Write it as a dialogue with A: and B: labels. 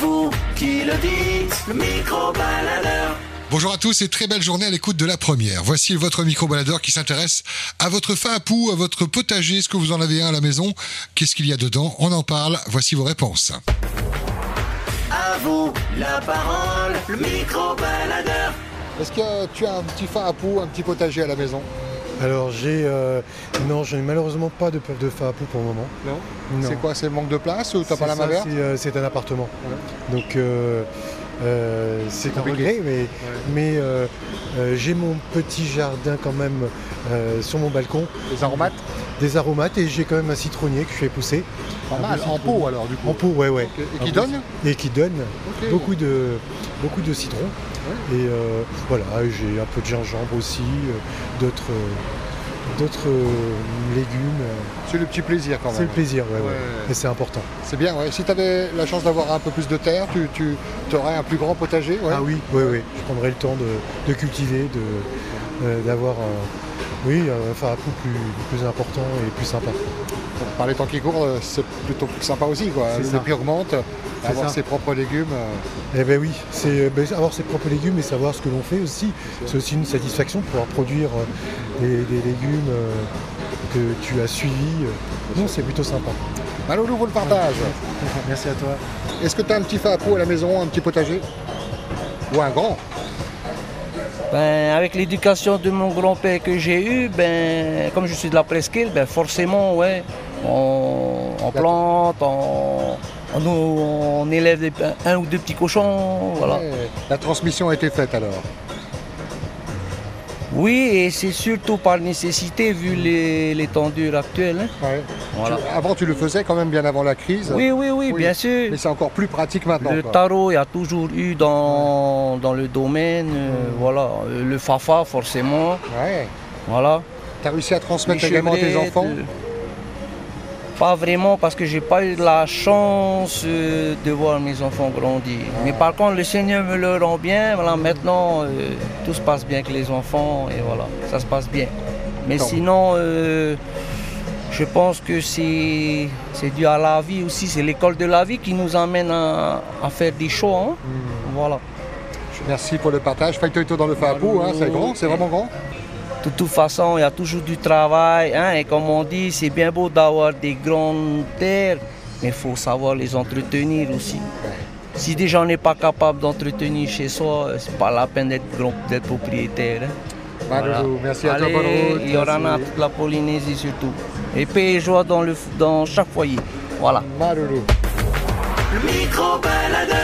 A: vous qui le dites, le micro-baladeur.
B: Bonjour à tous et très belle journée à l'écoute de la première. Voici votre micro-baladeur qui s'intéresse à votre FAP ou à votre potager. Est-ce que vous en avez un à la maison Qu'est-ce qu'il y a dedans On en parle. Voici vos réponses.
A: À vous la parole, le micro-baladeur.
B: Est-ce que euh, tu as un petit FAP ou un petit potager à la maison
C: Alors j'ai... euh, non, je n'ai malheureusement pas de, de fin à pou pour le moment.
B: Non.
C: Non.
B: C'est quoi C'est le manque de place ou t'as
C: C'est
B: pas la
C: ça,
B: main verte
C: C'est euh, c'est un appartement. Donc euh, euh, c'est un regret, mais, mais euh, euh, j'ai mon petit jardin quand même euh, sur mon balcon,
B: Les aromates
C: des aromates et j'ai quand même un citronnier que je fais pousser.
B: Pas
C: Un
B: mal.
C: peu
B: En
C: citronnier.
B: pot alors du coup.
C: Ah, En pot, ouais, ouais.
B: Et
C: Un
B: qui
C: peu-
B: donne
C: Et qui donne
B: Ok.
C: beaucoup de, beaucoup de citrons. Et euh, voilà, j'ai un peu de gingembre aussi, euh, d'autres euh, d'autres euh, légumes. euh.
B: C'est le petit plaisir quand même.
C: C'est le plaisir, ouais, ouais.
B: Ouais.
C: Et c'est important.
B: C'est bien, ouais. Si tu avais la chance d'avoir un peu plus de terre, tu, tu aurais un plus grand potager. ouais.
C: Ah oui, oui, oui. Je prendrai le temps de, de cultiver, de, euh, d'avoir un, oui, euh, un phare à coup plus, plus important et plus sympa.
B: Par les temps qui courent, euh, c'est plutôt sympa aussi. Quoi.
C: C'est
B: Le
C: ça.
B: prix augmente,
C: C'est
B: avoir
C: ça.
B: ses propres légumes. euh,
C: Eh ben oui, c'est euh, ben, avoir ses propres légumes et savoir ce que l'on fait aussi. C'est aussi une satisfaction de pouvoir produire euh, des, des légumes euh, que tu as suivis. euh. Non, c'est plutôt sympa.
B: Maloulou vous le partage.
C: Merci à toi.
B: Est-ce que tu as un petit fapou à la maison, un petit potager Ou un grand
D: Ben, avec l'éducation de mon grand-père que j'ai eu, ben, comme je suis de la presqu'île, ben, forcément, ouais, on, on plante, on, on, on élève des- un ou deux petits cochons, voilà.
B: Ouais. La transmission a été faite alors.
D: Oui, et c'est surtout par nécessité vu les, les tendures actuelles. hein.
B: Ouais.
D: Voilà.
B: Mm. Ah, Tu- avant, tu le faisais quand même bien avant la crise.
D: Oui, oui, oui,
B: Oui,
D: bien sûr.
B: Mais c'est encore plus pratique maintenant.
D: Le
B: quoi.
D: tarot, il y a toujours eu dans, dans le domaine, euh,
B: Mm.
D: voilà, Euh, le fafa, forcément,
B: Ouais.
D: voilà.
B: T'as réussi à transmettre
D: Les
B: également à tes
D: chevrets,
B: enfants
D: de- euh, Pas vraiment parce que j'ai pas eu la chance euh, de voir mes enfants grandir. Mais par contre, le Seigneur me le rend bien. Voilà, maintenant, euh, tout se passe bien avec les enfants et voilà, ça se passe bien. Mais
B: Tant
D: sinon, euh, je pense que c'est c'est dû à la vie aussi. C'est l'école de la vie qui nous amène à, à faire des choix. hein.
B: Hmm.
D: Voilà.
B: Merci pour le partage. Faites-toi dans le fapou, hein, c'est grand, c'est vraiment grand.
D: De toute façon, il y a toujours du travail. hein, et comme on dit, c'est bien beau d'avoir des grandes terres, mais il faut savoir les entretenir aussi. Si déjà on n'est pas capable d'entretenir chez soi, euh, c'est pas la peine d'être grand- d'être propriétaire. hein. Voilà.
B: Maloulou, merci à
D: Allez,
B: toi, bonne route.
D: Il y en a
B: Merci.
D: toute la Polynésie surtout. Et paix et joie dans, le, f- dans chaque foyer. Voilà.
B: Maloulou.
A: Le micro-baladeur.